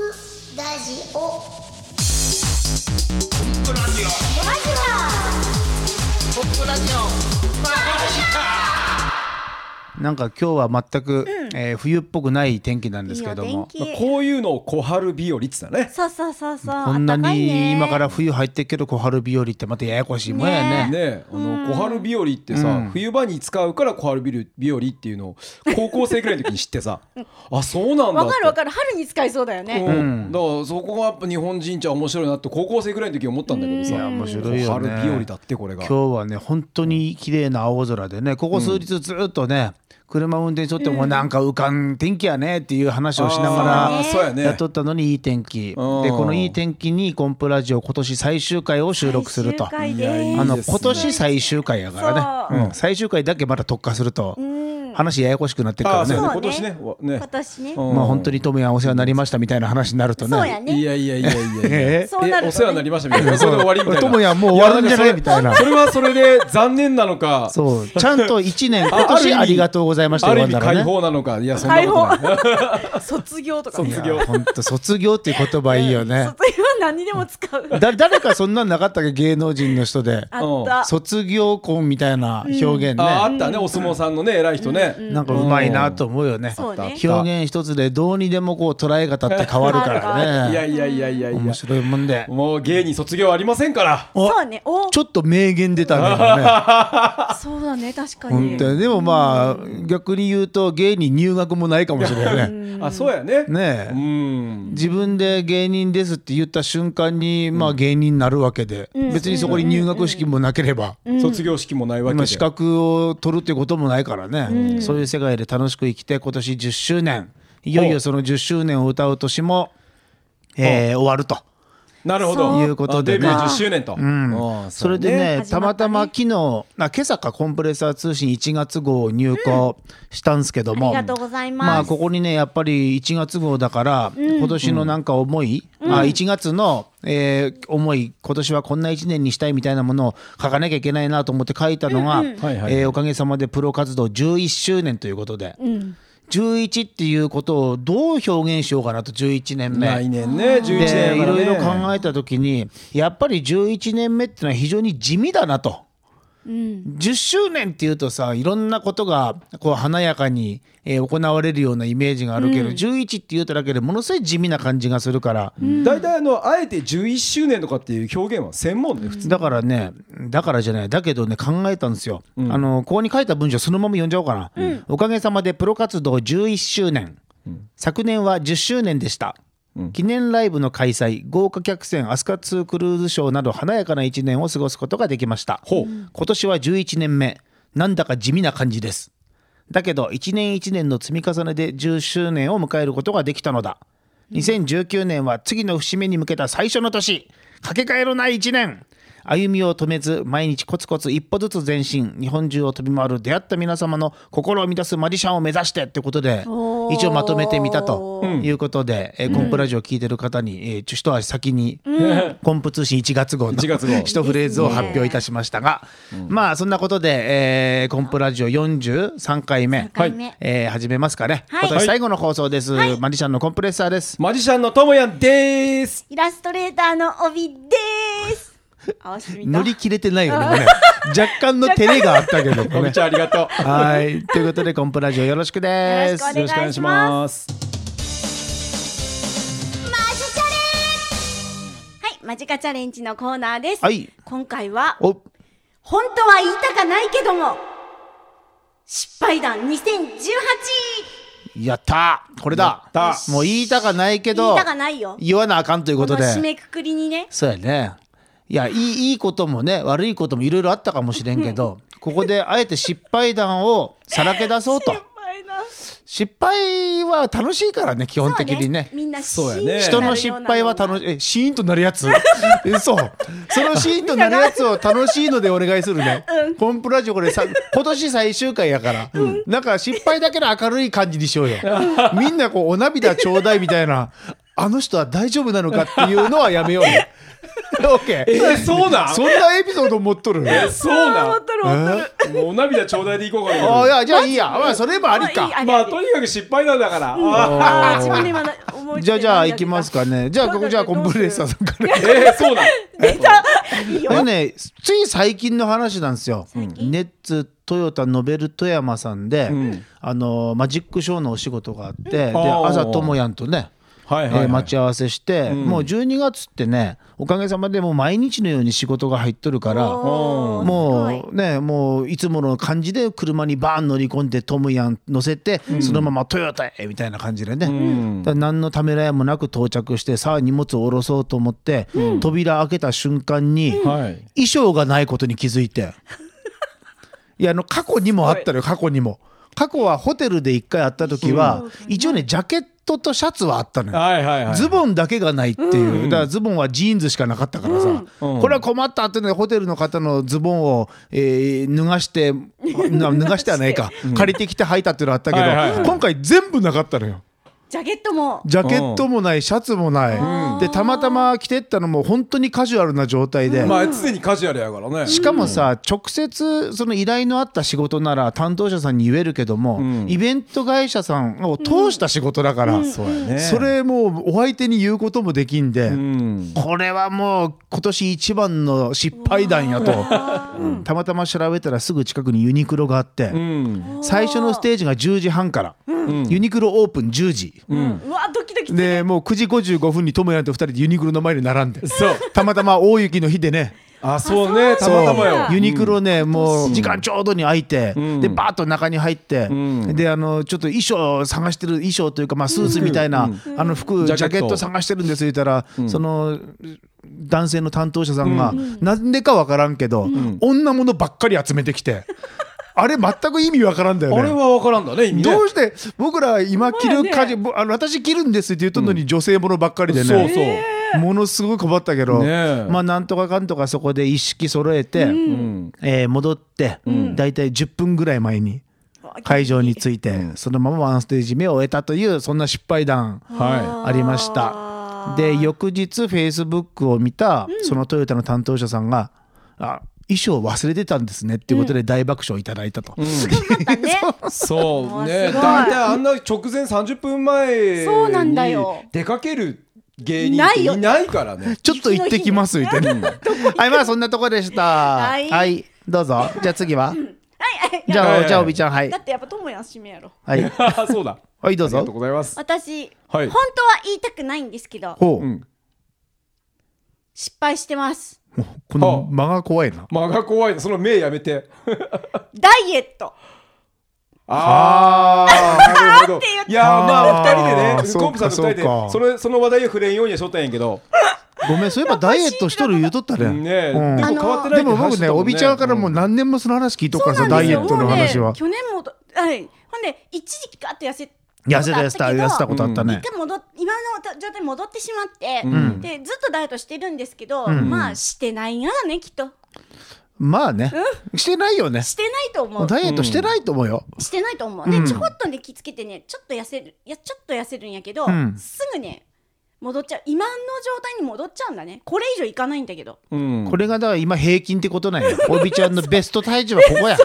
ラジオポップラジオラジポップラジオなんか今日は全く、えー冬っぽくない天気なんですけどいいおも天気まあこういうのを小春日和って言ってたね。そうそうそうそうこんな暖かいねに今から冬入ってっけど小春日和ってまたややこしいもんやねねえあの小春日和ってさ、冬場に使うから小春日和っていうのを高校生ぐらいの時に知ってさあそうなんだっわてかるわかる春に使いそうだよね、うん、だからそこがやっぱ日本人じゃ面白いなって高校生ぐらいの時思ったんだけどさいや面白いよね小春日和だってこれが今日はね本当に綺麗な青空でねここ数日ずっとね、車運転しとってもなんか浮かん天気やねっていう話をしなあがーそうやらねやっとったのにいい天気でうんこのいい天気にコンプラジオ今年最終回を収録すると。最終回いやいいであのですね今年最終回やからね、うん最終回だけまだ特化すると話ややこしくなってくあかあそうらやねそうねね今年ねわね今年ね、まあ本当にトムヤお世話になりましたみたいな話になるとねそうやねいやいやいやいやいやえそうなるとねえお世話になりましたみたいなそれで終わりみたいなトムヤもう終わるんじゃないみたいなそれはそれで残念なのかそうちゃんと1年今ある意年味ありがとうございましたある意言味わんだら解ね放なのかいやそんなことない 卒業とか、いね、卒や業ほんと卒業っていう言葉いいよね卒業は何にでも使うだ誰かそんなんなかったっけ芸能人の人であった卒業婚みたいな表現ああねったねお相撲さんのね偉い人ねなんかうまいなと思うよねそうね表現一つでどうにでもこう捉え方って変わるからいやねいやいやいやいや面白いもんでもう芸に卒業ありませんからそうねおちょっと名言出たんだよねそうだね確か本に当にでもまあ逆に言うと芸人入学もないかもしれないね。あそうやねねえうん自分で芸人ですって言った瞬間にまあ芸人になるわけで、別にそこに入学式もなければ、卒業式もないわけまあで資格を取るってこともないからね、そういう世界で楽しく生きて今年10周年いよいよその10周年を歌う年も、えー終わると。なるほどいうことであデビューまあ10周年とうんそれでねねたまたま昨日あ今朝かコンプレッサー通信1月号を入稿したんですけども、ありがとうございますまあここにねやっぱり1月号だから、今年のなんか思い、あ1月の、えー思い今年はこんな1年にしたいみたいなものを書かなきゃいけないなと思って書いたのが、えはいはいーおかげさまでプロ活動11周年ということで、11っていうことをどう表現しようかなと11年目。来年ね11年でいやからろねいろ考えた時にやっぱり11年目ってのは非常に地味だなと。10周年っていうとさいろんなことがこう華やかに、えー行われるようなイメージがあるけど、11っていうとだけでものすごい地味な感じがするから、大体あのあえて11周年とかっていう表現は専門で普通だからねだからじゃないだけどね考えたんですよ、あのここに書いた文章そのまま読んじゃおうかな、おかげさまでプロ活動11周年、昨年は10周年でした、記念ライブの開催豪華客船飛鳥2クルーズショーなど華やかな1年を過ごすことができましたほう今年は11年目なんだか地味な感じですだけど1年1年の積み重ねで10周年を迎えることができたのだ2019年は次の節目に向けた最初の年かけがえのない1年歩みを止めず毎日コツコツ一歩ずつ前進日本中を飛び回る出会った皆様の心を満たすマジシャンを目指してってことで一応まとめてみたということで、えーコンプラジオを聞いてる方に、えーちょ一足先に、コンプ通信1月号の1月号一フレーズを発表いたしましたが、まあそんなことで、えーコンプラジオ43回目回目えー始めますかね、はい今年最後の放送です、マリシャンのコンプレッサーです マジシャンのともやんでーすイラストレーターの帯 です合わせてみた乗り切れてないよねこれ若干の照れがあったけどこ こんれにちはあり がとうはいということでコンプラジオよろしくですよろしくお願いしますマジチャレはいマジカチャレンジのコーナーです、はい今回はお本当は言いたかないけども失敗談2018やったーこれだやったもう言いたかないけ言どいたかないよ言わなあかんというここのとで締めくくりにねそうやね。いやいいいいこともね悪いこともいろいろあったかもしれんけどここであえて失敗談をさらけ出そうと失敗な失敗は楽しいからね基本的にねみんなそうやね人の失敗は楽しいえシーンとなるやつえそうそのシーンとなるやつを楽しいのでお願いするね、コンプラジオこれさ今年最終回やから、なんか失敗だけの明るい感じにしようよ、みんなこうお涙ちょうだいみたいなあの人は大丈夫なのかっていうのはやめようねオッケーえーそうなんそんなエピソード持っとるえそうなんとるわかるもうお涙ちょうだいでいこうかあなあじゃあいいやまあそれもありかいいあり まあとにかく失敗なんだからああー自分で今な思思いついてじゃあじゃあ何行だっきけなますかねじゃあどうだっけじゃあコンプレッサーさんからえー、そうなの出たいいよこれねつい最近の話なんですよ近ネッツトヨタノベル富山さんで、うんあのマジックショーのお仕事があって、であー朝智也んとねはいえー待ち合わせして、もう12月ってねおかげさまでもう毎日のように仕事が入っとるからおーもうねもういつもの感じで車にバーン乗り込んでトムヤン乗せて、そのままトヨタへみたいな感じでね、んだから何のためらいもなく到着してさあ荷物を下ろそうと思って、扉開けた瞬間に、は衣い装がないことに気づいていやあの過去にもあったのよ過去にも過去はホテルで一回会った時は、一応ねジャケットとシャツはあったのよ、はいはいはいズボンだけがないっていう、だからズボンはジーンズしかなかったからさ、これは困ったってねホテルの方のズボンを、えー脱がして な脱がしてはないか、借りてきて履いたっていうのあったけど、はいはいはい今回全部なかったのよジャケットもジャケットもないシャツもない、でたまたま着てったのも本当にカジュアルな状態で、まあ常にカジュアルやからねしかもさ、直接その依頼のあった仕事なら担当者さんに言えるけども、イベント会社さんを通した仕事だから、そねれもうお相手に言うこともできんで、うんこれはもう今年一番の失敗談やとたまたま調べたらすぐ近くにユニクロがあって、うん最初のステージが10時半から、ユニクロオープン10時、うわドキドキでもう9時55分に智也と2人でユニクロの前で並んでそうたまたま大雪の日でねあそうねたまたまよユニクロね、もう時間ちょうどに空いて、でバーッと中に入って、んであのちょっと衣装を探してる衣装というか、まあ、スーツみたいな、あの服ジジャャケケットット探してるんです言ったら、その男性の担当者さんが、なんでかわからんけど、女物ばっかり集めてきてあれ全く意味わからんだよね。あれは分からんだね意味ねどうして僕ら今着るほんま家や事、ねぼあの私着るんですって言っとんのに女性ものばっかりでね、そうそうものすごい困ったけど、ねえまあなんとかかんとかそこで一式揃えて、うんえー戻って、大体10分ぐらい前に会場に着いて、そのままワンステージ目を終えたというそんな失敗談はありましたで翌日フェイスブックを見たそのトヨタの担当者さんが「あ衣装忘れてたんですね」っていうことで大爆笑いただいたと、いそうねすごい大体あんな直前30分前そうなんだよに出かける芸人っていないからねちょっと行ってきますみたいな はいまあそんなとこでしたいはいどうぞじゃあ次ははいはいじゃあ、はいはいじゃあおびちゃんはい だってやっぱ友也は締めやろはい、あ そうだはい、どうありがとうぞございます私、は本い当は言いたくないんですけどほう、うん失敗してますこの間が怖いな間が怖いなその目やめてダイエットああなる ほどいやーまああー二人でねそうかコンプさんと二人そうかでそれその話題を触れんようにはしとったんやけどごめんそういえばダイエットしとる言うとったねねえでうんも変わってないでも僕ね、おびちゃんからもうう何年もその話聞いとくからさ、なダんイですエよットの話もうはね。去年もどはいほんで一時期ガッと痩せたことあ痩っせた痩せた、けど痩せたことあったね一。回戻っ今の状態に戻ってしまって、んでずっとダイエットしてるんですけど、んまあしてないんやろねきっとまあね、してないよね。してないと思うダイエットしてないと思うよ。してないと思うでちょこっとね気つけてねちょっと痩せるいやちょっと痩せるんやけど、うんすぐね戻っちゃう今の状態に戻っちゃうんだねこれ以上いかないんだけどんこれがだから今平均ってこと なんや。おびちゃんのベスト体重はここや。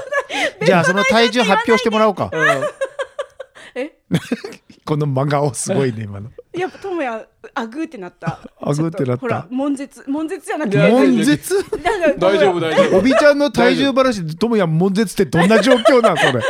じゃあその体重発表してもらおうか。えこの真顔すごいね、今の。やっぱ智也あぐーってなったあぐーってなったちょとほら悶絶悶絶じゃなくて悶絶なんか大丈夫大丈 夫おびちゃんの体重話、ともや悶絶ってどんな状況なん、それ。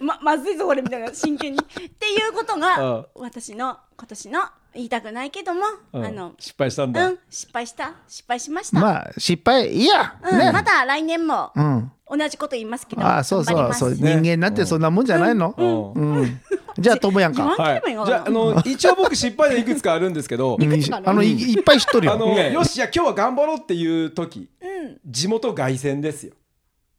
ままずいぞ俺みたいな真剣にっていうことうがん私の今年の言いたくないけども、うんあの失敗したんうだん失敗した失敗しまし た、まあ、失敗、いいや。うんまね。た来年もうん。同じこと言いますけどああ、そう頑張そう、りますそう、人間なんてそんなもんじゃないの。うんうんじゃあ、ともやんか。はい言わんければいいのかじなゃああの一応僕失敗でいくつかあるんですけどうんかなあのいいっぱい知っとるあよ。のねよしじゃあ今日は頑張ろうっていう時地元凱旋ですよ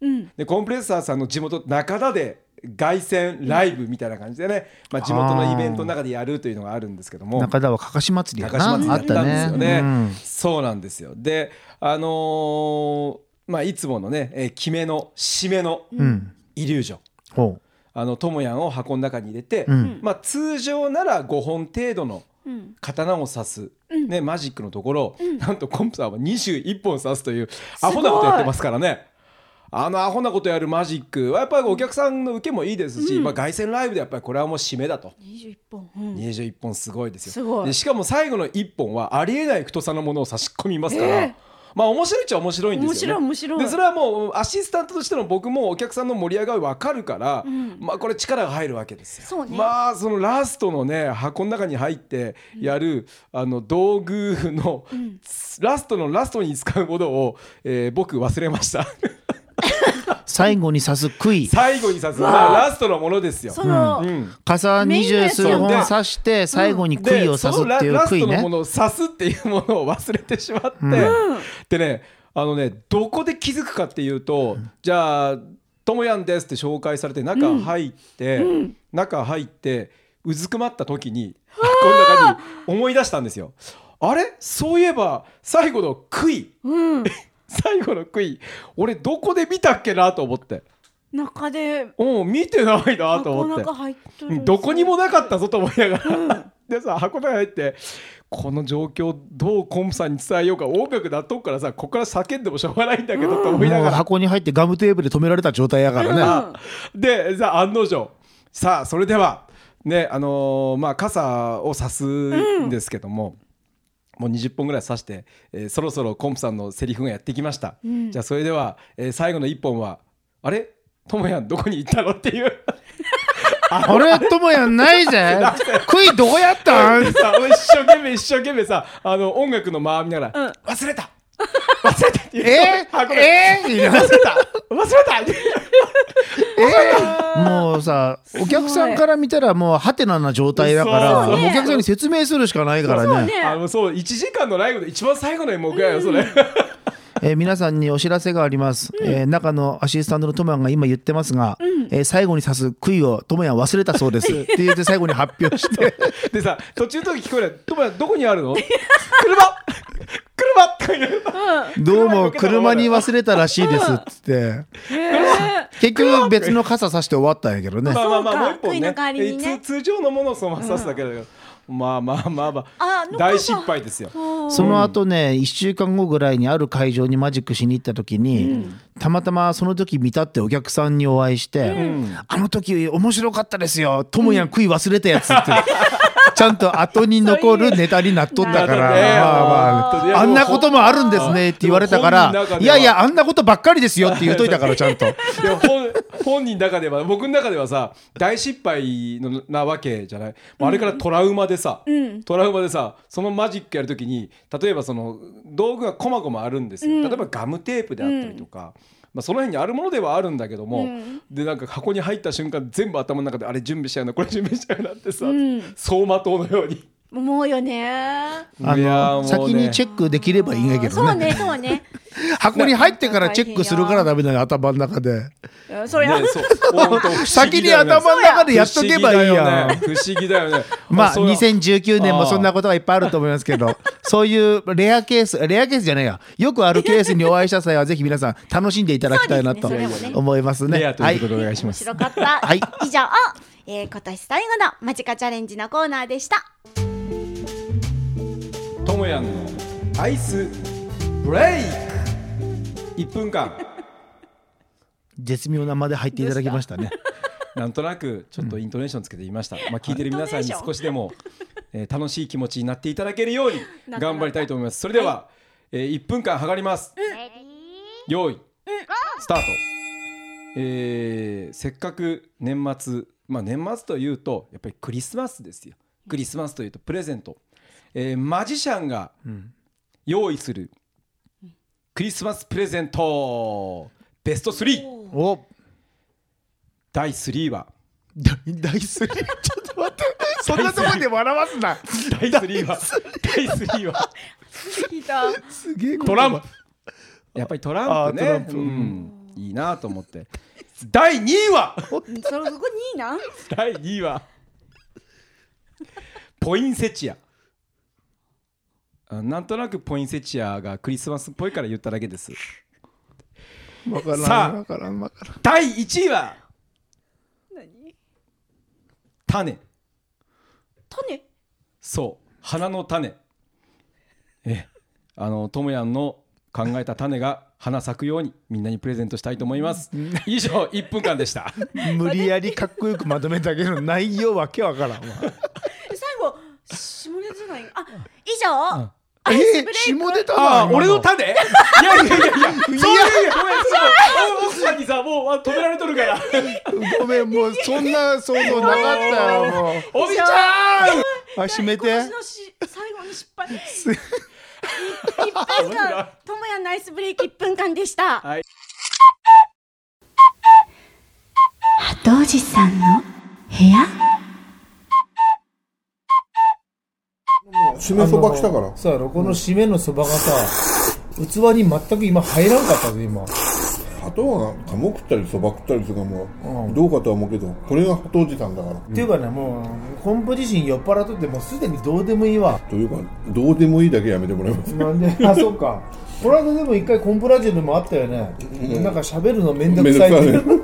うんでコンプレッサーさんの地元中田で凱旋ライブみたいな感じでね、まあ、地元のイベントの中でやるというのがあるんですけども中田はかかし祭りや高島な。ああっったたんですねよね。うんそうなんですよ。で、あのーまあいつものね、えー決めの締めのんイリュージョン。ほあのトモヤンを箱の中に入れて、んまあ通常なら5本程度のうん刀を刺す、ねマジックのところを、なんとコンプさんは21本刺すというアホなこすごといやってますからね。あのアホなことやるマジックはやっぱりお客さんの受けもいいですし、まあ、凱旋ライブでやっぱりこれはもう締めだと21本、うん21本すごいですよすごいでしかも最後の1本はありえない太さのものを差し込みますから、まあ面白いっちゃ面白いんですよね面白い面白いでそれはもうアシスタントとしての僕もお客さんの盛り上がり分かるから、まあこれ力が入るわけですよそうねまあそのラストのね箱の中に入ってやる、あの道具の、ラストのラストに使うものを、えー僕忘れました最後に刺す杭 最後に刺す、まあ、ラストのものですよその、うん傘二十数本メインのやつ刺して最後に杭を刺すっていでそのうララス杭トのねものを刺すっていうものを忘れてしまって、でねあのねどこで気づくかっていうと、じゃあ「ともやんです」って紹介されて中入って、中入ってうずくまった時にこの中に思い出したんですよ。あれそういえば最後の杭、 最後の杭俺どこで見たっけなと思って。中でうん見てないなと思って。中入っとうんるどこにもなかったぞと思いながら、 でさ箱の中入ってこの状況どうコンプさんに伝えようか音楽だっとくからさここから叫んでもしょうがないんだけどと思いなもうがら、箱に入ってガムテープで止められた状態やからね、でさ案の定さあそれではねあのーまあ傘を差すんですけども。もう20本ぐらい刺して、えーそろそろコンプさんのセリフがやってきました、じゃあそれでは、えー最後の1本はあれともやんどこに行ったのっていうあれともやんないぜ 杭どこやったんさ一生懸命一生懸命さあの音楽の間見ながら、忘れた 忘れたって言うえあごめんえ 忘れた忘れたってえもうさお客さんから見たらもうハテナな状態だからそうねもうお客さんに説明するしかないからねねあのそう1時間のライブで一番最後の演目やよそれ、えー皆さんにお知らせがあります、えー中のアシスタントのトモヤンが今言ってますが、えー最後に刺す杭をトモヤン忘れたそう ですって言って最後に発表してでさ途中の時聞こえない「トモヤどこにあるの車車!」とか言う どうも車に忘れたらしいですっつって結局別の傘刺して終わったんやけどねまあまあまそうあかもう一本悔いねの代わりにねえーつ通常のものをそのまま刺すだけだけど、まあまあまあまああの大失敗ですよその後ね1週間後ぐらいにある会場にマジックしに行った時に、たまたまその時見たってお客さんにお会いして「あの時面白かったですよともやん食い忘れたやつ」って。 ちゃんと後に残るネタになっとったから、そういうまあなるほどねまあ、あんなこともあるんですねって言われたか本人のら、中いではやいや、あんなことばっかりですよって言うといたから、ちゃんと。でも本本人の中では僕の中ではさ大失敗のなわけじゃない、もうあれからトラウマでさ、トラウマでさそのマジックやるときに例えばその道具がこまごまあるんですよ、例えばガムテープであったりとか。まあ、その辺にあるものではあるんだけども、でなんか箱に入った瞬間全部頭の中であれ準備しちゃうなこれ準備しちゃうなってさ、走馬灯のように思うよねあいやーもの、うね先にチェックできればいいんやけそどうねね。そうね箱に入ってからチェックするからダメだよ、頭の中で。うんそれはね そう本当不思議だよね先に頭の中でやっとけばいいやん。不思議だよね不思議だよねまあ、そうだ2019年もそんなことはいっぱいあると思いますけど、そういうレアケース、レアケースじゃないや、よくあるケースにお会いした際は、ぜひ皆さん楽しんでいただきたいなとそうですね思いますね。レアとはいういこと、でお願いしま面す、白かった、はい以上、えー、今年最後のマジカチャレンジのコーナーでしたともやんのアイスブレイク1分 間絶妙な間で入っていただきましたね。なんとなくちょっとイントネーションつけて言いました、まあ聞いてる皆さんに少しでも、えー楽しい気持ちになっていただけるようになった頑張りたいと思いますそれでは、え1分間測ります、用意スタートえーせっかく年末まあ年末というとやっぱりクリスマスですよクリスマスというとプレゼント、えーマジシャンが用意するクリスマスプレゼントベスト3お第3は 大大すり、ちょっと待って、そんなところで笑わすな。第3は第3は聞いたすげえトランプ やっぱりトランプあートラねンプうんいいなと思って第2位はそれそこにいいな 第2位はポインセチアあなんとなくポインセチアがクリスマスっぽいから言っただけですわからさん、あわからん、わからん。第1位は何種種そう花の種えあのトモヤンの考えた種が花咲くようにみんなにプレゼントしたいと思います。以上1分間でした。無理やりかっこよくまとめたけど内容わけわからんわ最後下ネタじゃないあ以上、えー、下出たなあー、俺の種 いやいやいやいや、そういう、ごめん、そう奥さんにさ、もうあ止められとるから、ごめんもうそんな想像なかったよも おびちゃんうあ閉めて私のし最後の失敗一分間ともやナイスブレーキ一分間でしたはい後おじさんの部屋締めそば来たからさあ、この締めのそばがさ、器に全く今入らんかったで、今。砂糖は鴨食ったりそば食ったりするからもう、どうかとは思うけどこれが砂糖時間だから、っていうかね、もう、本部自身酔っ払っとって、もうすでにどうでもいいわ。というかどうでもいいだけやめてもらいますなんで、 あ、そうか。この間でも一回コンプラジオでもあったよね。なんか喋るのめんどくさいってめんどくさいね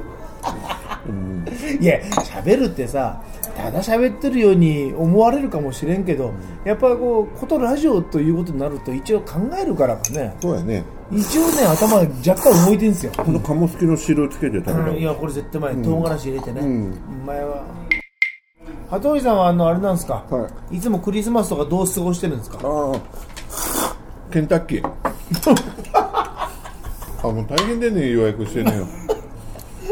いや、喋るってさ、ただ喋ってるように思われるかもしれんけど、やっぱこう、ことラジオということになると一応考えるからかね。そうやね一応ね、頭若干動いてんすよ。この鴨好きの汁つけて食べたうんいやこれ絶対前唐辛子入れてね、んう前は羽鳥さんはあのあれなんですか、、はいつもクリスマスとかどう過ごしてるんですかああケンタッキー あもう大変でね予約してね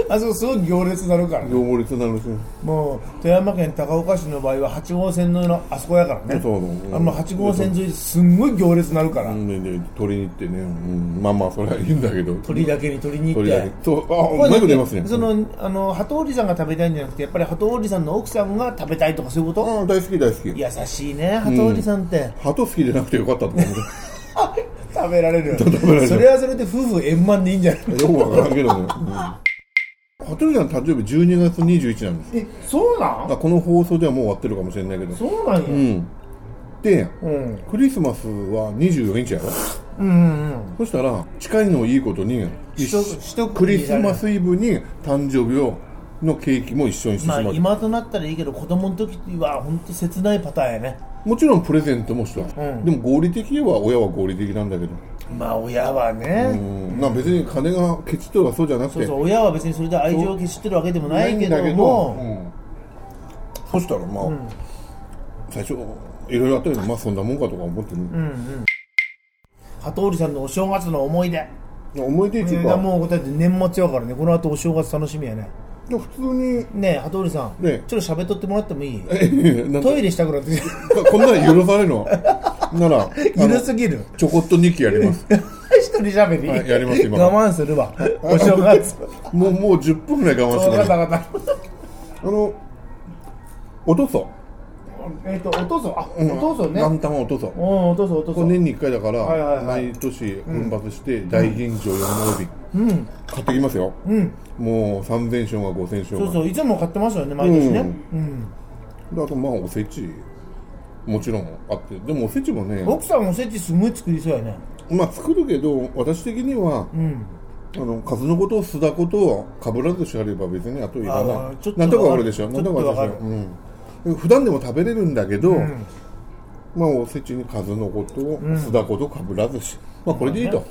あそうすごい行列になるからね行列なのですよもう富山県高岡市の場合は8号線のあそこやからねそうそうあの8号線沿いですんごい行列になるから、うんねね取りに行ってね、うん、まあまあそれはいいんだけど鳥だけに鳥に行っ鳥てだけそうあこれだうまってく出ますねそのあの鳩織さんが食べたいんじゃなくてやっぱり鳩織さんの奥さんが食べたいとかそういうこと、ああ大好き大好き優しいね鳩織さんって、鳩好きじゃなくてよかったと思う食べられるべられるそれはそれで夫婦円満でいいんじゃないよくわからんけどね。うん羽鳥さんの誕生日12月21日なんです。えそうなだんからこの放送ではもう終わってるかもしれないけど。そうなんや、う、うんん。で、うんクリスマスは24日やろうんうんそしたら、近いのをいいことに、一一一組クリスマスイブに誕生日を、のケーキも一緒にしてしままあう。今となったらいいけど子供の時は本当切ないパターンやねもちろんプレゼントもした。うんでも合理的は親は合理的なんだけど。まあ親はうね、ん。な別に金がケチとかそうじゃなくそうてそ、う親は別にそれで愛情を消してるわけでもないけどもうん、そしたらまあ、最初いろいろあったけどまあそんなもんかとか思ってね、鳩織さんのお正月の思い出思い出っていうか、もう答えて年末やからねこの後お正月楽しみやねで普通に ねえ鳩織さん、ねえちょっと喋っとってもらってもいいえなんかトイレしたくなってきた こんなの許されるのならあ緩のすぎるちょこっと2期や ります一人喋り、はいやります今我慢するわお正月もうもう10分ぐらい我慢おしてガからタガタあのおとそ、 えっ、と、お父さん、あ、うんお父さんね。元旦はおとそうん、お父さん、お父さこれん。年に1回だから、はいはいはい毎年奮発して大吟醸山帯、うん、買ってきますよ、うん。もう3000升が5000升がそうそう、いつも買ってますよね、毎年ね。うん。であとまあおせちもちろんあってでもおせちもね奥さんおせちすごい作りそうやね。まあ作るけど私的には、うん。あの数のこと酢だことをかぶらずしあれば別にあといらあなーちょっいとなんとかわかるでしょわかなんるとかわかるでしょ、うん、普段でも食べれるんだけど、んまあおせちに数のことを酢だことかぶらずしまあこれでいいと、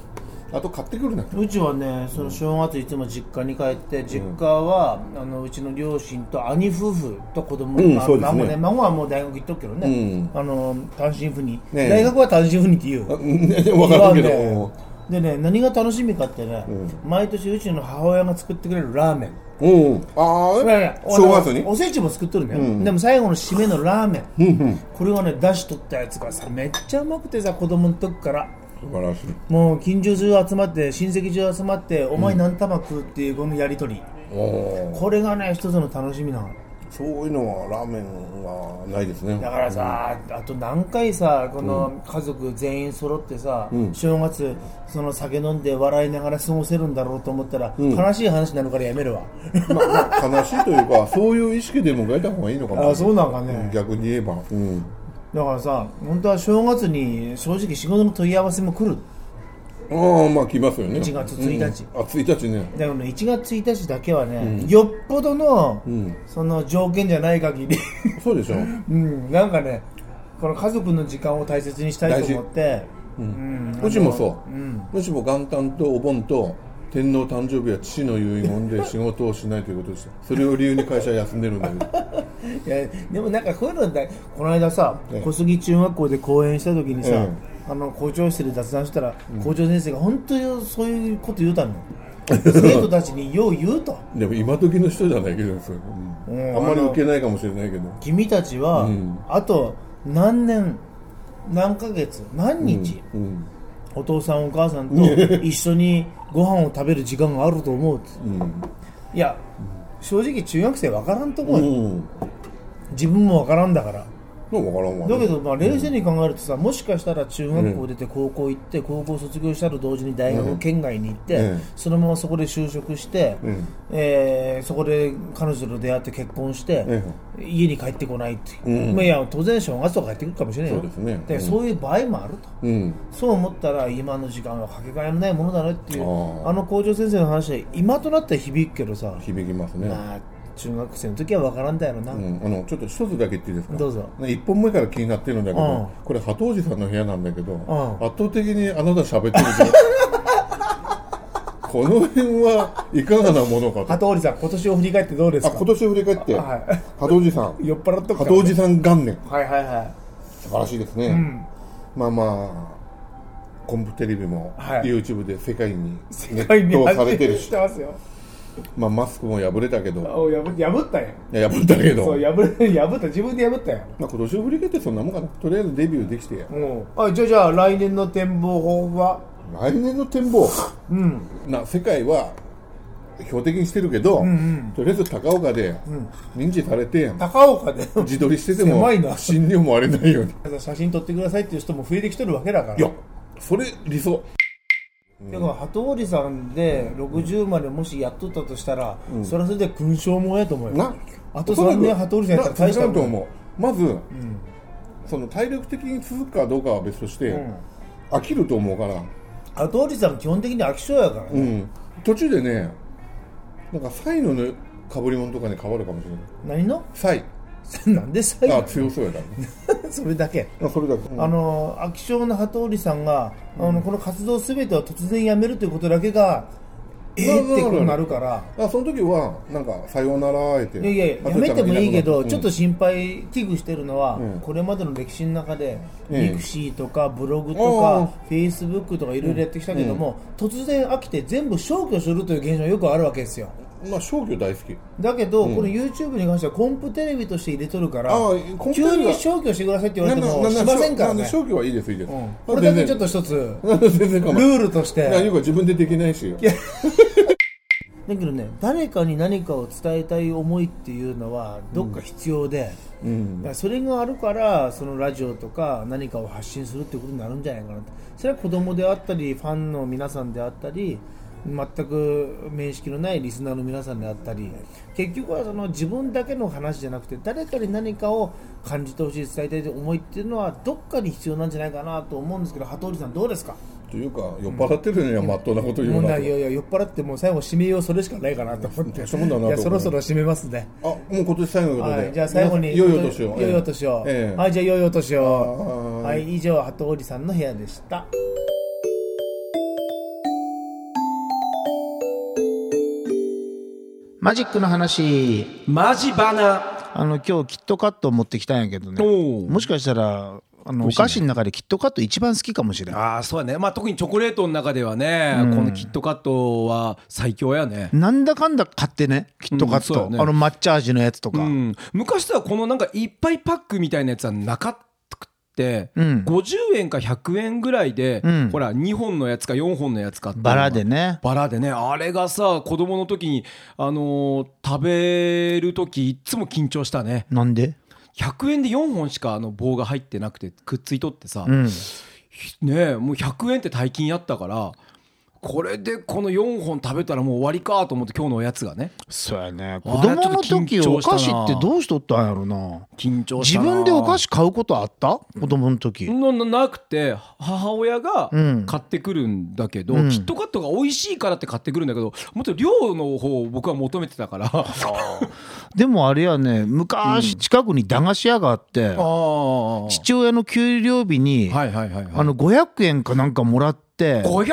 あと買ってくるな うちはね、その正月いつも実家に帰って、実家は、あの、うちの両親と兄夫婦と子供、うんまあそうですね孫ね、孫はもう大学行っとくけどね。うあの、単身赴任。ねえ大学は単身赴任って言う。言分かるけど、わんねでね、何が楽しみかってね、毎年うちの母親が作ってくれるラーメン。うんあいやいやあ正月におせちも作っとるね、でも最後の締めのラーメン、これはね出しとったやつがさめっちゃうまくてさ子供の時から素晴らしいもう近所中集まって親戚中集まってお前何玉食うっていうこのやりとり、おーこれがね一つの楽しみなのそういうのはラーメンはないですねだからさ、あと何回さこの家族全員揃ってさ、正月その酒飲んで笑いながら過ごせるんだろうと思ったら、悲しい話になるからやめるわまあまあ悲しいという かそういう意識でも迎えた方がいいのかなあ そうなんかね、逆に言えば、うん、だからさ本当は正月に正直仕事の問い合わせも来るああまあ来ますよね1月1日うんあ1日ねだからね1月1日だけはね、よっぽどの、んその条件じゃない限りそうでしょうんなんかねこの家族の時間を大切にしたいと思って、うちもそう、むしろ元旦とお盆と天皇誕生日や父の遺言 で仕事をしないということでしたそれを理由に会社休んでるんだけ どいやでもなんかこういうのだこの間さええ小杉中学校で講演した時にさ、えあの校長室で雑談したら、校長先生が本当にそういうこと言う たの生徒たちによう言うとでも今時の人じゃないけどそれうんうんあんまり受けないかもしれないけど君たちは、うんあと何年何ヶ月何日、うんお父さんお母さんと一緒にご飯を食べる時間があると思うってうんいや正直中学生分からんとこうよ、ん自分も分からんだからどうもわからんわだけどまあ冷静に考えるとさもしかしたら中学校出て高校行って高校卒業したら同時に大学県外に行って、うんそのままそこで就職して、うんえーそこで彼女と出会って結婚して、家に帰ってこないっていう、うんまあ、いや当然正月とか帰ってくるかもしれないよそうですねでうんそういう場合もあると。うんそう思ったら今の時間はかけがえのないものだねっていうあーあの校長先生の話は今となっては響くけどさ、響きますね、まあ、中学生の時は分からんだよな、うん、あのちょっと一つだけ言っていいですかどうぞね一本目から気になってるんだけど、うんこれ鳩おじさんの部屋なんだけど、ん圧倒的にあなた喋ってるじゃん この辺はいかがなものかと鳩織さん今年を振り返ってどうですあか今年振り返っ て、はい鳩おじさん酔っ払っとくから鳩おじさん元年はいはいは素晴らしいですね、いうんまあまあコンプテレビもはい YouTube で世界にネ世界にット発されてる信し、してますよまあ、マスクも破れたけどお破破ったんやいや破れたけどそう破 れ破った自分で破ったんやまあ、今年を振り返ってそんなもんかなとりあえずデビューできてやもうあじゃあじゃあ来年の展望法は来年の展望うんな世界は標的にしてるけど、とりあえず高岡で認知されて、高岡で自撮りしてても狭いな死に思われないように写真撮ってくださいっていう人も増えてきてるわけだからいやそれ理想でも鳩織さんで60までもしやっとったとしたら、それはそれで勲章もんやと思うよなあと3年おそらく鳩織さんやったら大したな違うともん思うまず、その体力的に続くかどうかは別として、飽きると思うから、鳩織さん基本的に飽き性やからね、うん途中でねなんかサイのねかぶり物とかに変わるかもしれない何の サイなんで最あ後強そうやな それだけあそれだけあの飽き性の鳩織さんが、あのこの活動すべてを突然やめるということだけがええってことになるからあその時はなんか「さようなら」っていやいやあやめてもいいけど、うんちょっと心配危惧してるのは、んこれまでの歴史の中で、ええミクシーとかブログとああかフェイスブックとかいろいろやってきたけども、突然飽きて全部消去するという現象がよくあるわけですよまあ消去大好きだけど、この YouTube に関してはコンプテレビとして入れとるからああコンプテレビは急に消去してくださいって言われてもしませんからなんねで消去はいいですいいです、うんこれだけちょっと一つルと 全然構わないールとしていやよく自分でできないしだけどね誰かに何かを伝えたい思いっていうのはどっか必要で、だからそれがあるからそのラジオとか何かを発信するってことになるんじゃないかなとそれは子供であったりファンの皆さんであったり全く面識のないリスナーの皆さんであったり結局はその自分だけの話じゃなくて誰かに何かを感じてほしい伝えたいという思いっていうのはどっかに必要なんじゃないかなと思うんですけど羽鳥さんどうですかというか酔っ払ってるのにはまっとうなこと言う問な題いとやいや酔っ払ってもう最後締めようそれしかないかなと思って大したもんだなといやそろそろ締めますねあもう今年最後のことで、はいじゃあ最後に良いお年を良いお年をええはいじゃあ良いお年はをいはい以上鳩織さんの部屋でしたマジックの話マジバナあの今日キットカットを持ってきたんやけどねおうもしかしたらあのお菓子の中でキットカット一番好きかもしれないああそうやねまあ特にチョコレートの中ではね、このキットカットは最強やねなんだかんだ買ってねキットカット、うんそうやねあの抹茶味のやつとか、うん、昔とはこのなんかいっぱいパックみたいなやつはなかったくって、うん50円か100円ぐらいで、うんほら2本のやつか4本のやつかっていうのがバラでねバラでねあれがさ子供の時に、あのー食べる時いっつも緊張したねなんで、 100円で4本しかあの棒が入ってなくてくっついとってさ、うん、ねえもう100円って大金やったからこれでこの4本食べたらもう終わりかと思って今日のおやつがねそうやねあ子れ供のちょっと時緊お張したな菓子ってどうしとったんやろな緊張し自たな分でお菓子買うことあった子供の時のななくて母親がうん買ってくるんだけど、うんキットカットが美味しいからって買ってくるんだけどもっと量の方を僕は求めてたからあでもあれやね昔近くに駄菓子屋があってあ父親の給料日にはいはいはい、はい、あの500円かなんかもらって500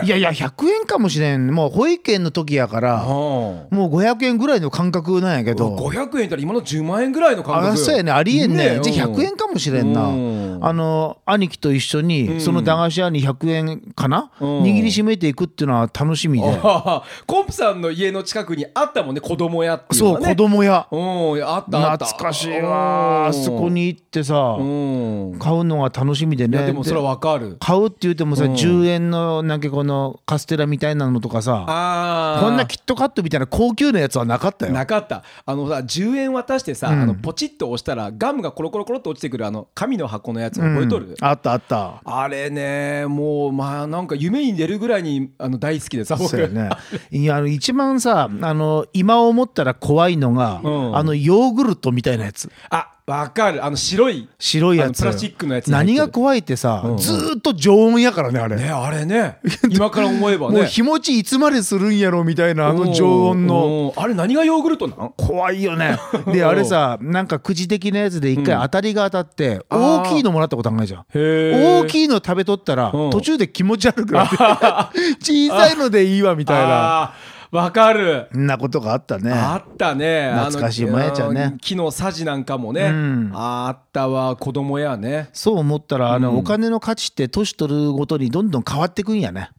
円いやいや100円かもしれんもう保育園の時やかあらあもう500円ぐらいの感覚なんやけど500円いたら今の10万円ぐらいの感あ覚そうやねありえんねえじゃあ100円かもしれんな、うんあの兄貴と一緒んにその駄菓子屋に100円かな、うん握りしめていくっていうのは楽しみで、ああコンプさんの家の近くにあったもんね子供屋っていうのそうが子ね供屋うんあったあった懐かしいわあうんそこに行ってさうん買うのが楽しみでいやねでもそれはわかる買うって言ってもさ、うん10円のなんかこのカステラみたいなのとかさああこんなキットカットみたいな高級なやつはなかったよなかったあのさ10円渡してさ、うんあのポチッと押したらガムがコロコロコロっと落ちてくるあの紙の箱のやつ覚えとる、うんあったあったあれねもうまあなんか夢に出るぐらいにあの大好きでさ僕そうよねいやあの一番さあの今思ったら怖いのが、うんあのヨーグルトみたいなやつあわかるあの白い白いやつあのプラスチックのやつに入って何るが怖いってさ、うんうんずーっと常温やからねあれねあれね今から思えばねもう日持ちいつまでするんやろみたいなあの常温のうんあれ何がヨーグルトなん怖いよ ねであれさなんかくじ的なやつで一回当たりが当たってあー大きいのもらったことあんないじゃん大大きいの食べとったらうん途中で気持ち悪くなって 小さいのでいいわみたいなあーわかるそんなことがあったねあったねあの懐かしいまやちゃんねあの木のさじなんかもね、うんあったわ子供やねそう思ったらあうんのお金の価値って年取るごとにどんどん変わってくんやね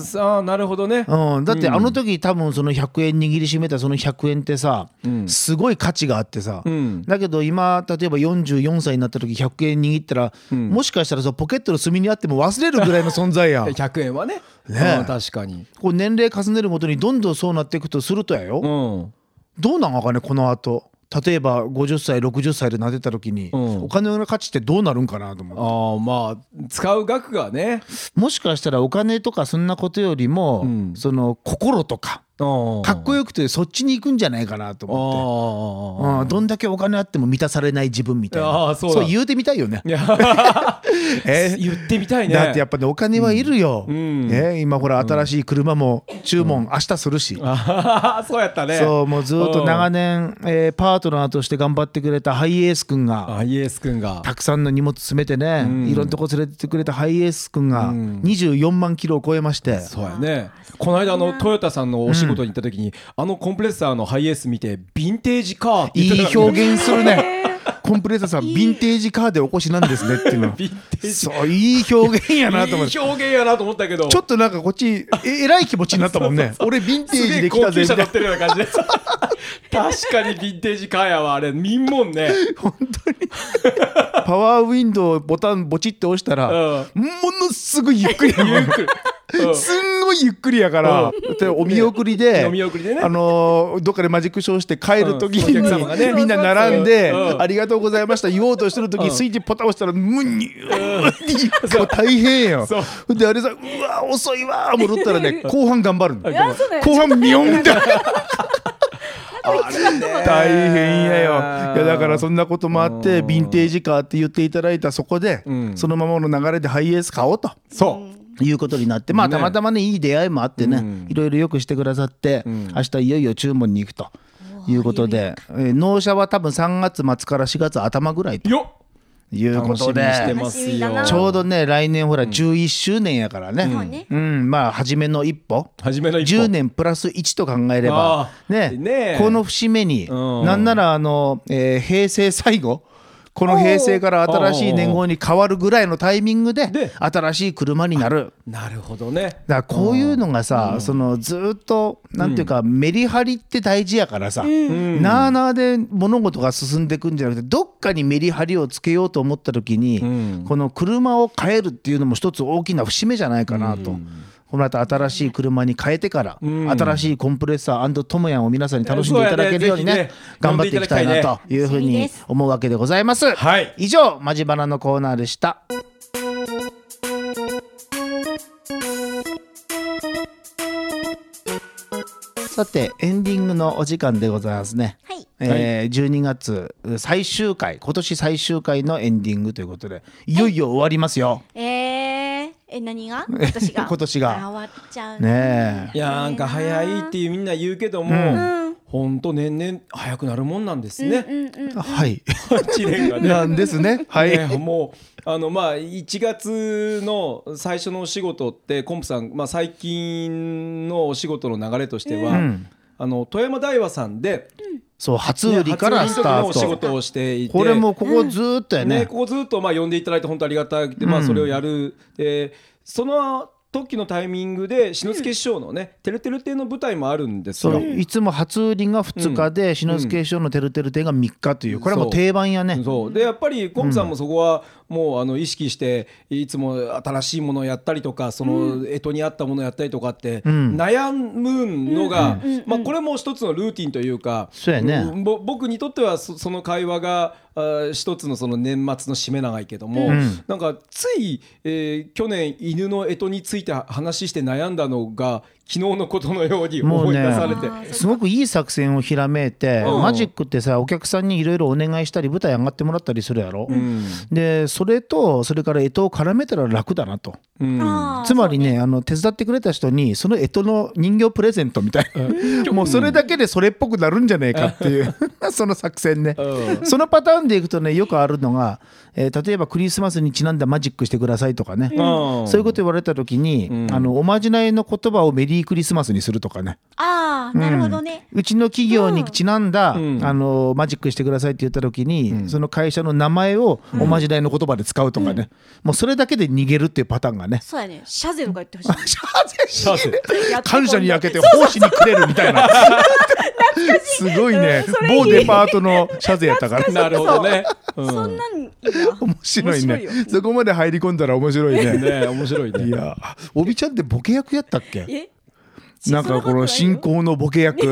さあなるほどね、うん、だってうんあの時多分その100円握りしめたその100円ってさ、うんすごい価値があってさ、うんだけど今例えば44歳になった時100円握ったら、んもしかしたらさポケットの隅にあっても忘れるぐらいの存在や100円はねねえうん確かにこう年齢重ねるごとにどんどんそうなっていくとするとやよ、うんどうなんかねこの後例えば50歳60歳でなってた時に、うんお金の価値ってどうなるんかなと思ってああまあ使う額がねもしかしたらお金とかそんなことよりも、うんその心とかかかっこよくてそっちに行くんじゃないかなと思って。あうん、どんだけお金あっても満たされない自分みたいあなーそうだ言うてみたいよねあい、や えー言ってみたいねだってやっぱねお金はいるよ、うんうんね今ほら新しい車も注文明日するし、あ あそうやったねそうもうずっと長年、えーパートナーとして頑張ってくれたハイエース君うんがあイエス君がたくさんの荷物詰めてね、んいろんなとこ連れてってくれたハイエース君がうん24万キロを超えまして、そうやねこの間あのトヨタさんのお仕事に行った時に、あのコンプレッサーのハイエース見てヴィンテージかって言っていたい表現するねコンプレッサーさんヴィンテージカーでお越しなんですねっていう のヴィンテージそういい表現やなと思っていい表現やなと思ったけどちょっとなんかこっちええらい気持ちになったも んね。俺ヴィンテージで来たぜみすたいげなえ高級車乗っ。てるような感じです確かにヴィンテージカーやわあれ見んもんねパワーウィンドウボタンボチって押したら、うものすごいゆっくりやもんゆっくりうんすんごいゆっくりやから、でお見送りで、 ねお見送りでねあのーどっかでマジックショーして帰る時うんに、お客様がねみんな並んで、うんありがとうございました言おうとしてる時、スイッチポタ押したらむにゅーもう大変よそうであれさうわ遅いわー戻ったらね 後半頑張るのいやそうだよ後半ミョンだ大変やよいやだからそんなこともあってヴィンテージカーって言っていただいたそこで、んそのままの流れでハイエース買おうとそういうことになってまあねたまたまねいい出会いもあってね、うんいろいろよくしてくださって、明日いよいよ注文に行くということで、えー納車は多分3月末から4月頭ぐらいとよいうっこ楽しみとにしてでます楽しみだよなちょうどね来年ほら11周年やからね、そうねうん、まあ初めの一歩初めの一歩10年プラス1と考えればあーねねえこの節目に、うんなんならあの、えー平成最後この平成から新しい年号に変わるぐらいのタイミングでで新しい車になる。なるほどねだからこういうのがさ、そのずーっとなんていうか、メリハリって大事やからさ、なあなあで物事が進んでいくんじゃなくてどっかにメリハリをつけようと思った時に、んこの車を変えるっていうのも一つ大きな節目じゃないかなと。この後新しい車に変えてから、ん新しいコンプレッサートモヤンを皆さんに楽しんでいただけるようにねそうやねぜひね頑張っていきたい飲んでいただきたなといねいうふう楽しみにです思うわけでございます。はい以上マジバナのコーナーでした。さてエンディングのお時間でございますね。はいえー、12月最終回今年最終回のエンディングということでいよいよ終わりますよ。えー、え、何が今年が。今年があ終わっちゃうねえいやなんか早いってみんな言うけども、ほんと年々早くなるもんなんですね、 はい。 8年がね。なんですね。はねい。もうあのまあ1月の最初のお仕事ってコンプさん、まあ、最近のお仕事の流れとしては、んあの富山大和さんで、そう初売りからス初売りタのお仕ー事ト。をしていてこれもここずーっとやねね。ここずっとまあ呼んでいただいて本当ありがたくて、まあ、それをやる、でその時のタイミングで志の輔師匠のね「てるてる亭」の舞台もあるんですそよ。ういつも初売りが2日で、篠介師匠のてるてる亭が3日というこれはもう定番やね。そうでやっぱりコンプさんもそこはもうあの意識していつも新しいものをやったりとかその干支に合ったものをやったりとかってん悩むのがまあこれも一つのルーティンというかそうやねんぼ僕にとってはそその会話があー一つのその年末の締め長いけどもんなんかついえー去年犬の干支について話して悩んだのが昨日のことのようにも思ういね出されて。すごくいい作戦をひらめいて、うんマジックってさお客さんにいろいろお願いしたり舞台上がってもらったりするやろ、でそれとそれから干支を絡めたら楽だなとうんあーつまりねあの手伝ってくれた人にその干支の人形プレゼントみたいな もうそれだけでそれっぽくなるんじゃねえかっていう その作戦ねうそのパターンでいくとねよくあるのが、えー例えばクリスマスにちなんだマジックしてくださいとかね、うんそういうこと言われた時に、んあのおまじないの言葉をメリークリスマスにするとかねああ、なるほどね。うちの企業にちなんだ、んあのマジックしてくださいって言った時に、その会社の名前をおまじないの言葉で使うとかね、もうそれだけで逃げるっていうパターンがねそうやね。シャゼとか言ってほしい。シャーゼシーレやってこん感謝に焼けて奉仕にくれるみたいなすごいねうんそれいい某デパートのシャゼやったからなるほどね。うんそんなんいいな。面白いね面白いよそこまで入り込んだら面白いねね面白いね。いやおびちゃんってボケ役やったっけえなんかこの進行のボケ役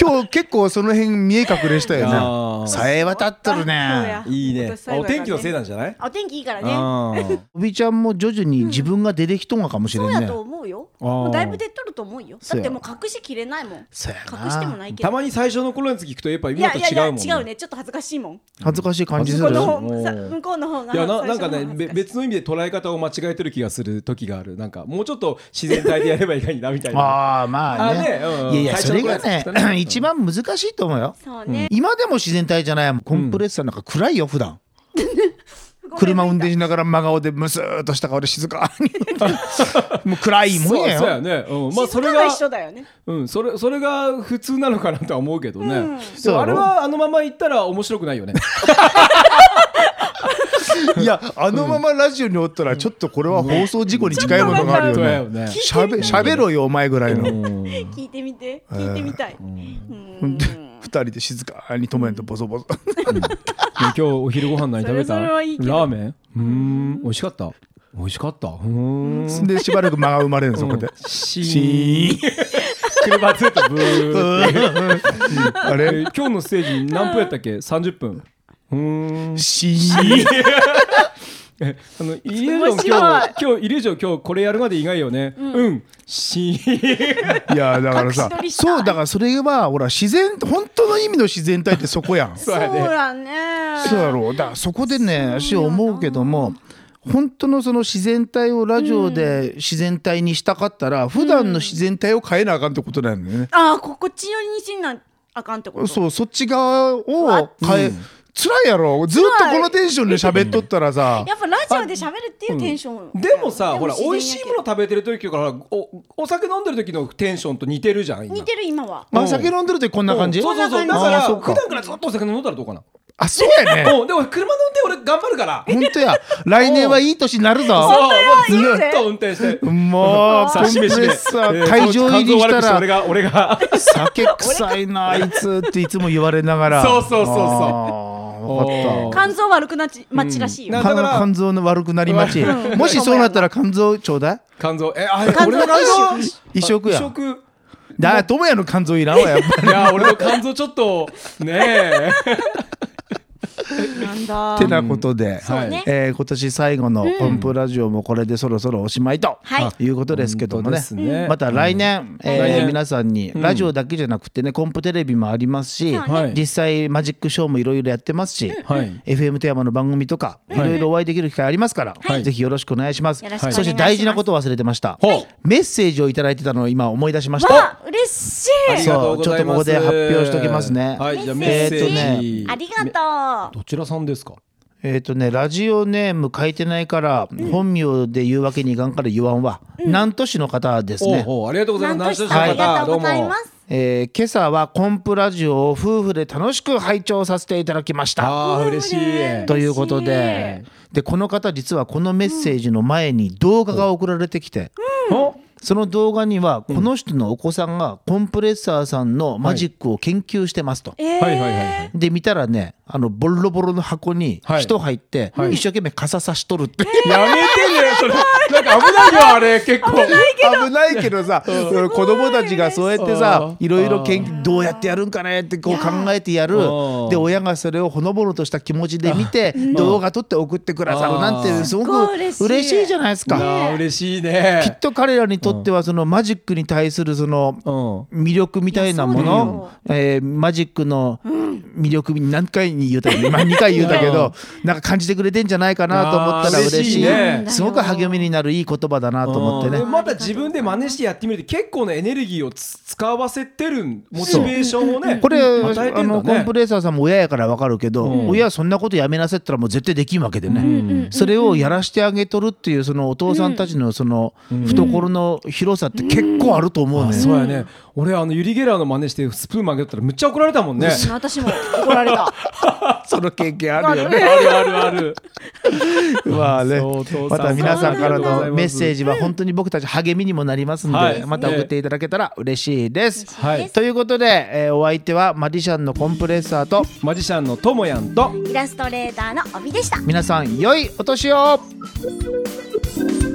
今日結構その辺見え隠れしたあよねーさえ渡っとるあそうねやいいね私。最あ後おやからね天気のせいなんじゃない？あお天気いいからね。あー おびちゃんも徐々に自分が出てきとんがかもしれそうんねやと思うよ。あーもうだいぶ出とると思うよ。そだうっやてもう隠しきれないもん。隠そうやなしてもないけたど。まに最初の頃のやつ聞くとやっぱい今やといやい違やうもん。違う。ね。ちょっと恥ずかしいもん。恥ずかしい感じすこるのも方うさ向こうの方が。いやな最な初んかの方ねがべ別の意味で捉え方を間違えてる気がする時があるなんかもうちょっと自然体でやればいいかになみたいなああまあねあねうんいやいやそれが最ね初の頃は 一番難しいと思うよそうね。今でも自然体じゃないもんコンプレッサーなんか暗いよ普段車運転しながら真顔でムスーっとした顔で静かにもう暗いもんそうやそうやよね、うん、まあ静そかれがが一緒だよね。うんそれそれが普通なのかなとは思うけどね、でそうもやろあれはあのまま言ったら面白くな いよね いやあのままラジオにおったらちょっとこれは放送事故に近いものがあるそうやよよねねしゃべしゃべろよお前ぐらいの聞いてみて、聞いてみたい。 二人で静かに友也とボソボソ今日お昼ご飯何食べたそれそれはいいけどラーメンうーん美味しかった美味しかったうーんでしばらく間が生まれるのそこで。シシーンーン車ずっとブーあえーれ今日のステージ何分やったっけ30分うーんシーンえあのイリュージョン今日今日イリュージョン今日これやるまで意外よねうんしいやだからさ隠し撮りしたそうだからそれはほら自然本当の意味の自然体ってそこやんそそうやそうねだね。うやろうだからそこでね私思うけども本当のその自然体をラジオで自然体にしたかったら普段の自然体を変えなあかんってことなんだよね、ああ、心地よりにしなあかんってこと。そうそっち側を変え、辛いやろずっとこのテンションで喋っとったらさやっぱラジオで喋るっていうテンション。でもさほら美味しいものの。食べてる時からおお酒飲んでる時のテンションと似てるじゃん今似てる今は。まあ酒飲んでる時こんな感じそうそうそうあーだからそう普段からずっとお酒飲んだらどうかなあそうやねうんでも車の運転俺頑張るから本当や来年はいい年になるぞそうもうずっと運転してもうコンプレッサー会場入りした俺らが俺が酒臭いなあいつっていつも言われながらそうそうそうそうそう分かった肝臓悪くなち、まちらしいよ。なだから肝臓の悪くなりまちもしそうなったら肝臓ちょうだい肝臓えあれ俺の肝臓移植や移植だから智也の肝臓いらんわやっぱり いや俺の肝臓ちょっとねえなんだてなことで、そうねえー今年最後の音符ラジオもこれでそろそろおしまいと、、はいうことですけどもね本当ですねまた来年、えー来年皆さんにラジオだけじゃなくてねコンプテレビもありますし、そうねはい実際マジックショーもいろいろやってますし、はい FM テーマの番組とかいろいろお会いできる機会ありますから、はいぜひよろしくお願いします,、よろしくお願いしそますして大事なことを忘れてました、はいメッセージをいただいてたのを今思い出しました。わあ嬉しいありがとうございますそうちょっとここで発表しときますねはい、じゃあメメッッセセージージ。ありがとうどちらさんですか。えっ、とねラジオネーム書いてないから、本名で言うわけにいかんから言わんわ、南都市の方ですおうね、おう、ありがとうございま南す。都市さん南都市のあり方がとうございますえー今朝はコンプラジオを夫婦で楽しく拝聴させていただきましたああ、嬉しい。ということででこの方実はこのメッセージの前に動画が送られてきて、おその動画にはこの人のお子さんがコンプレッサーさんのマジックを研究してますと。はいはいはい。で見たらねあのボロボロの箱にはい人入って、はい一生懸命傘さしとるって、やめてねそれ。なんか危ないよ、あれ、結構。危ないけどさ子供たちがそうやってさうんいろいろ研究どうやってやるんかねってこう考えてやるうんで親がそれをほのぼのとした気持ちで見て動画撮って送ってくださるなんうてんすごごくい嬉しい嬉しいじゃないですか。ああ、嬉しいね。きっと彼らにとってはそのマジックに対するそのうん。魅力みたいなもの、えーマジックの魅力に何回に言うたけど、今2回言うたけどなんか感じてくれてんじゃないかなと思ったらあー嬉しい嬉しいねすごく励みになるいい言葉だなと思ってねうんで。また自分で真似してやってみると結構なエネルギーをつ使わせてるモチベーションをねこれ、与えてあんだのコンねプレッサーさんも親やから分かるけど、親はそんなことやめなさいって言ったらもう絶対できんわけでね、それをやらしてあげとるっていうそのお父さんたちのその懐の広さって結構あると思うね、あそうやね俺あのユリ・ゲラーの真似してスプーン曲げたらむっちゃ怒られたもんねうん私も怒られたその経験あるよね。あるあるあるまあねそうお父さんまた皆さんからありがとうございのますメッセージは本当に僕たち励みにもなりますんで、はいまた送っていただけたら嬉しいです。はでいすということで、えーお相手はマジシャンのコンプレッサーとマジシャンのともやんとイラストレーターの帯でした皆さん良いお年を「